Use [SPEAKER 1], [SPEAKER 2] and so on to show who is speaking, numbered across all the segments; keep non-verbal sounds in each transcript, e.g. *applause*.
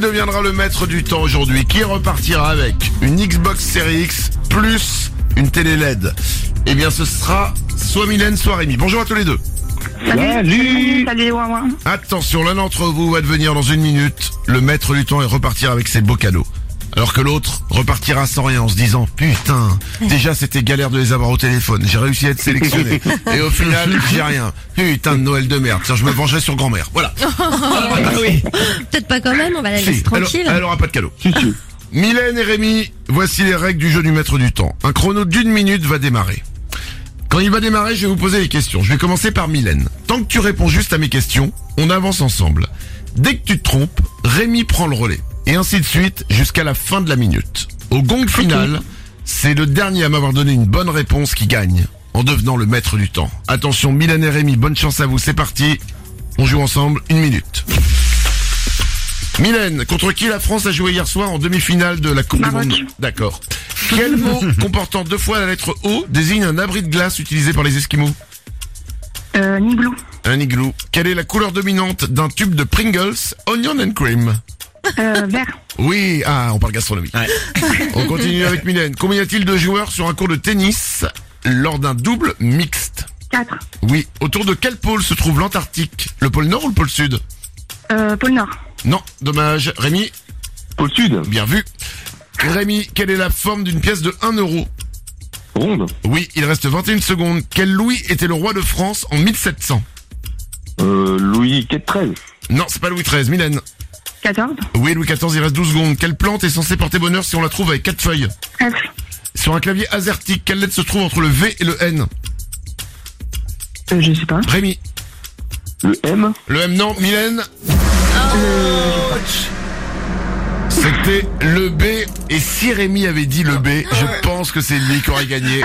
[SPEAKER 1] deviendra le maître du temps aujourd'hui Qui repartira avec une Xbox Series X plus une télé LED Eh bien ce sera soit Mylène, soit Rémi. Bonjour à tous les deux.
[SPEAKER 2] Salut.
[SPEAKER 3] Salut, salut, Wawa.
[SPEAKER 1] Attention, l'un d'entre vous va devenir dans une minute le maître du temps et repartir avec ses beaux cadeaux. Alors que l'autre repartira sans rien en se disant putain, déjà c'était galère de les avoir au téléphone, j'ai réussi à être sélectionné et au final j'ai rien. Putain de Noël de merde, tiens je me vengerai sur grand-mère. Voilà.
[SPEAKER 4] Peut-être pas quand même, on va la laisser
[SPEAKER 1] Si, elle-
[SPEAKER 4] tranquille.
[SPEAKER 1] Elle aura pas de cadeau. *laughs* Mylène et Rémi, voici les règles du jeu du maître du temps. Un chrono d'une minute va démarrer. Quand il va démarrer, je vais vous poser les questions. Je vais commencer par Mylène. Tant que tu réponds juste à mes questions, on avance ensemble. Dès que tu te trompes, Rémi prend le relais. Et ainsi de suite jusqu'à la fin de la minute. Au gong final, c'est le dernier à m'avoir donné une bonne réponse qui gagne en devenant le maître du temps. Attention, Mylène et Rémi, bonne chance à vous, c'est parti. On joue ensemble une minute. Mylène, contre qui la France a joué hier soir en demi-finale de la Coupe
[SPEAKER 3] Maroc.
[SPEAKER 1] du Monde D'accord. Quel mot comportant deux fois la lettre O désigne un abri de glace utilisé par les Esquimaux
[SPEAKER 3] Euh, Niblou.
[SPEAKER 1] Un igloo. Quelle est la couleur dominante d'un tube de Pringles, Onion and Cream *laughs*
[SPEAKER 3] Euh, vert.
[SPEAKER 1] Oui, ah, on parle gastronomie. *laughs* on continue avec Mylène. Combien y a-t-il de joueurs sur un cours de tennis lors d'un double mixte
[SPEAKER 3] 4.
[SPEAKER 1] Oui. Autour de quel pôle se trouve l'Antarctique Le pôle Nord ou le pôle Sud
[SPEAKER 3] Euh, pôle Nord.
[SPEAKER 1] Non, dommage. Rémi,
[SPEAKER 2] Au sud,
[SPEAKER 1] bien vu. Rémi, quelle est la forme d'une pièce de 1 euro
[SPEAKER 2] ronde,
[SPEAKER 1] Oui, il reste 21 secondes. Quel Louis était le roi de France en 1700
[SPEAKER 2] euh, Louis XIII,
[SPEAKER 1] Non, c'est pas Louis XIII, Mylène.
[SPEAKER 3] 14.
[SPEAKER 1] Oui, Louis XIV, il reste 12 secondes. Quelle plante est censée porter bonheur si on la trouve avec quatre feuilles
[SPEAKER 3] F. Euh,
[SPEAKER 1] Sur un clavier azertique, quelle lettre se trouve entre le V et le N
[SPEAKER 3] Euh, je sais pas.
[SPEAKER 1] Rémi.
[SPEAKER 2] le M,
[SPEAKER 1] Le M non, Mylène. C'était le B et si Rémi avait dit le B, je pense que c'est lui qui aurait gagné.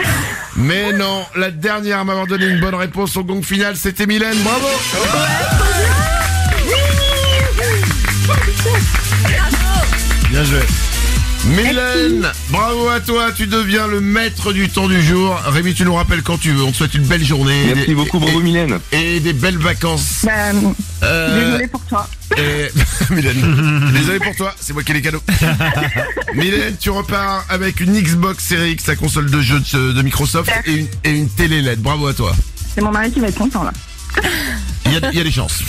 [SPEAKER 1] Mais non, la dernière à m'avoir donné une bonne réponse au gong final, c'était Mylène. Bravo. Bien joué. Mylène, bravo à toi, tu deviens le maître du temps du jour. Rémi, tu nous rappelles quand tu veux. On te souhaite une belle journée.
[SPEAKER 2] merci
[SPEAKER 1] Et-
[SPEAKER 2] beaucoup, bravo Mylène.
[SPEAKER 1] Et des belles vacances.
[SPEAKER 3] Bah,
[SPEAKER 1] Euh,
[SPEAKER 3] désolé pour toi.
[SPEAKER 1] et... *laughs* Mylène, désolé pour toi, c'est moi qui ai les
[SPEAKER 3] *laughs*
[SPEAKER 1] cadeaux. Mylène, tu repars avec une Xbox Series X, ta console de jeu de, de Microsoft, et une, et une télé LED. Bravo à toi.
[SPEAKER 3] C'est mon mari qui va être content, là.
[SPEAKER 1] Il y a, il y a des chances.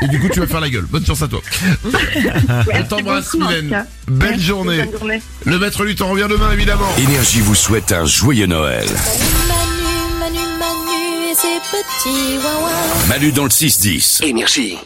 [SPEAKER 1] Et du coup, tu vas faire la gueule. Bonne chance à toi. On t'embrasse,
[SPEAKER 3] beaucoup, en tout
[SPEAKER 1] Mylène.
[SPEAKER 3] cas.
[SPEAKER 1] Belle
[SPEAKER 3] Merci,
[SPEAKER 1] journée.
[SPEAKER 3] bonne journée.
[SPEAKER 1] Le maître du temps revient demain, évidemment.
[SPEAKER 5] Énergie vous souhaite un joyeux Noël.
[SPEAKER 6] Manu, Manu, Manu et ses petits wawas.
[SPEAKER 5] Manu dans le 6-10.
[SPEAKER 7] Énergie.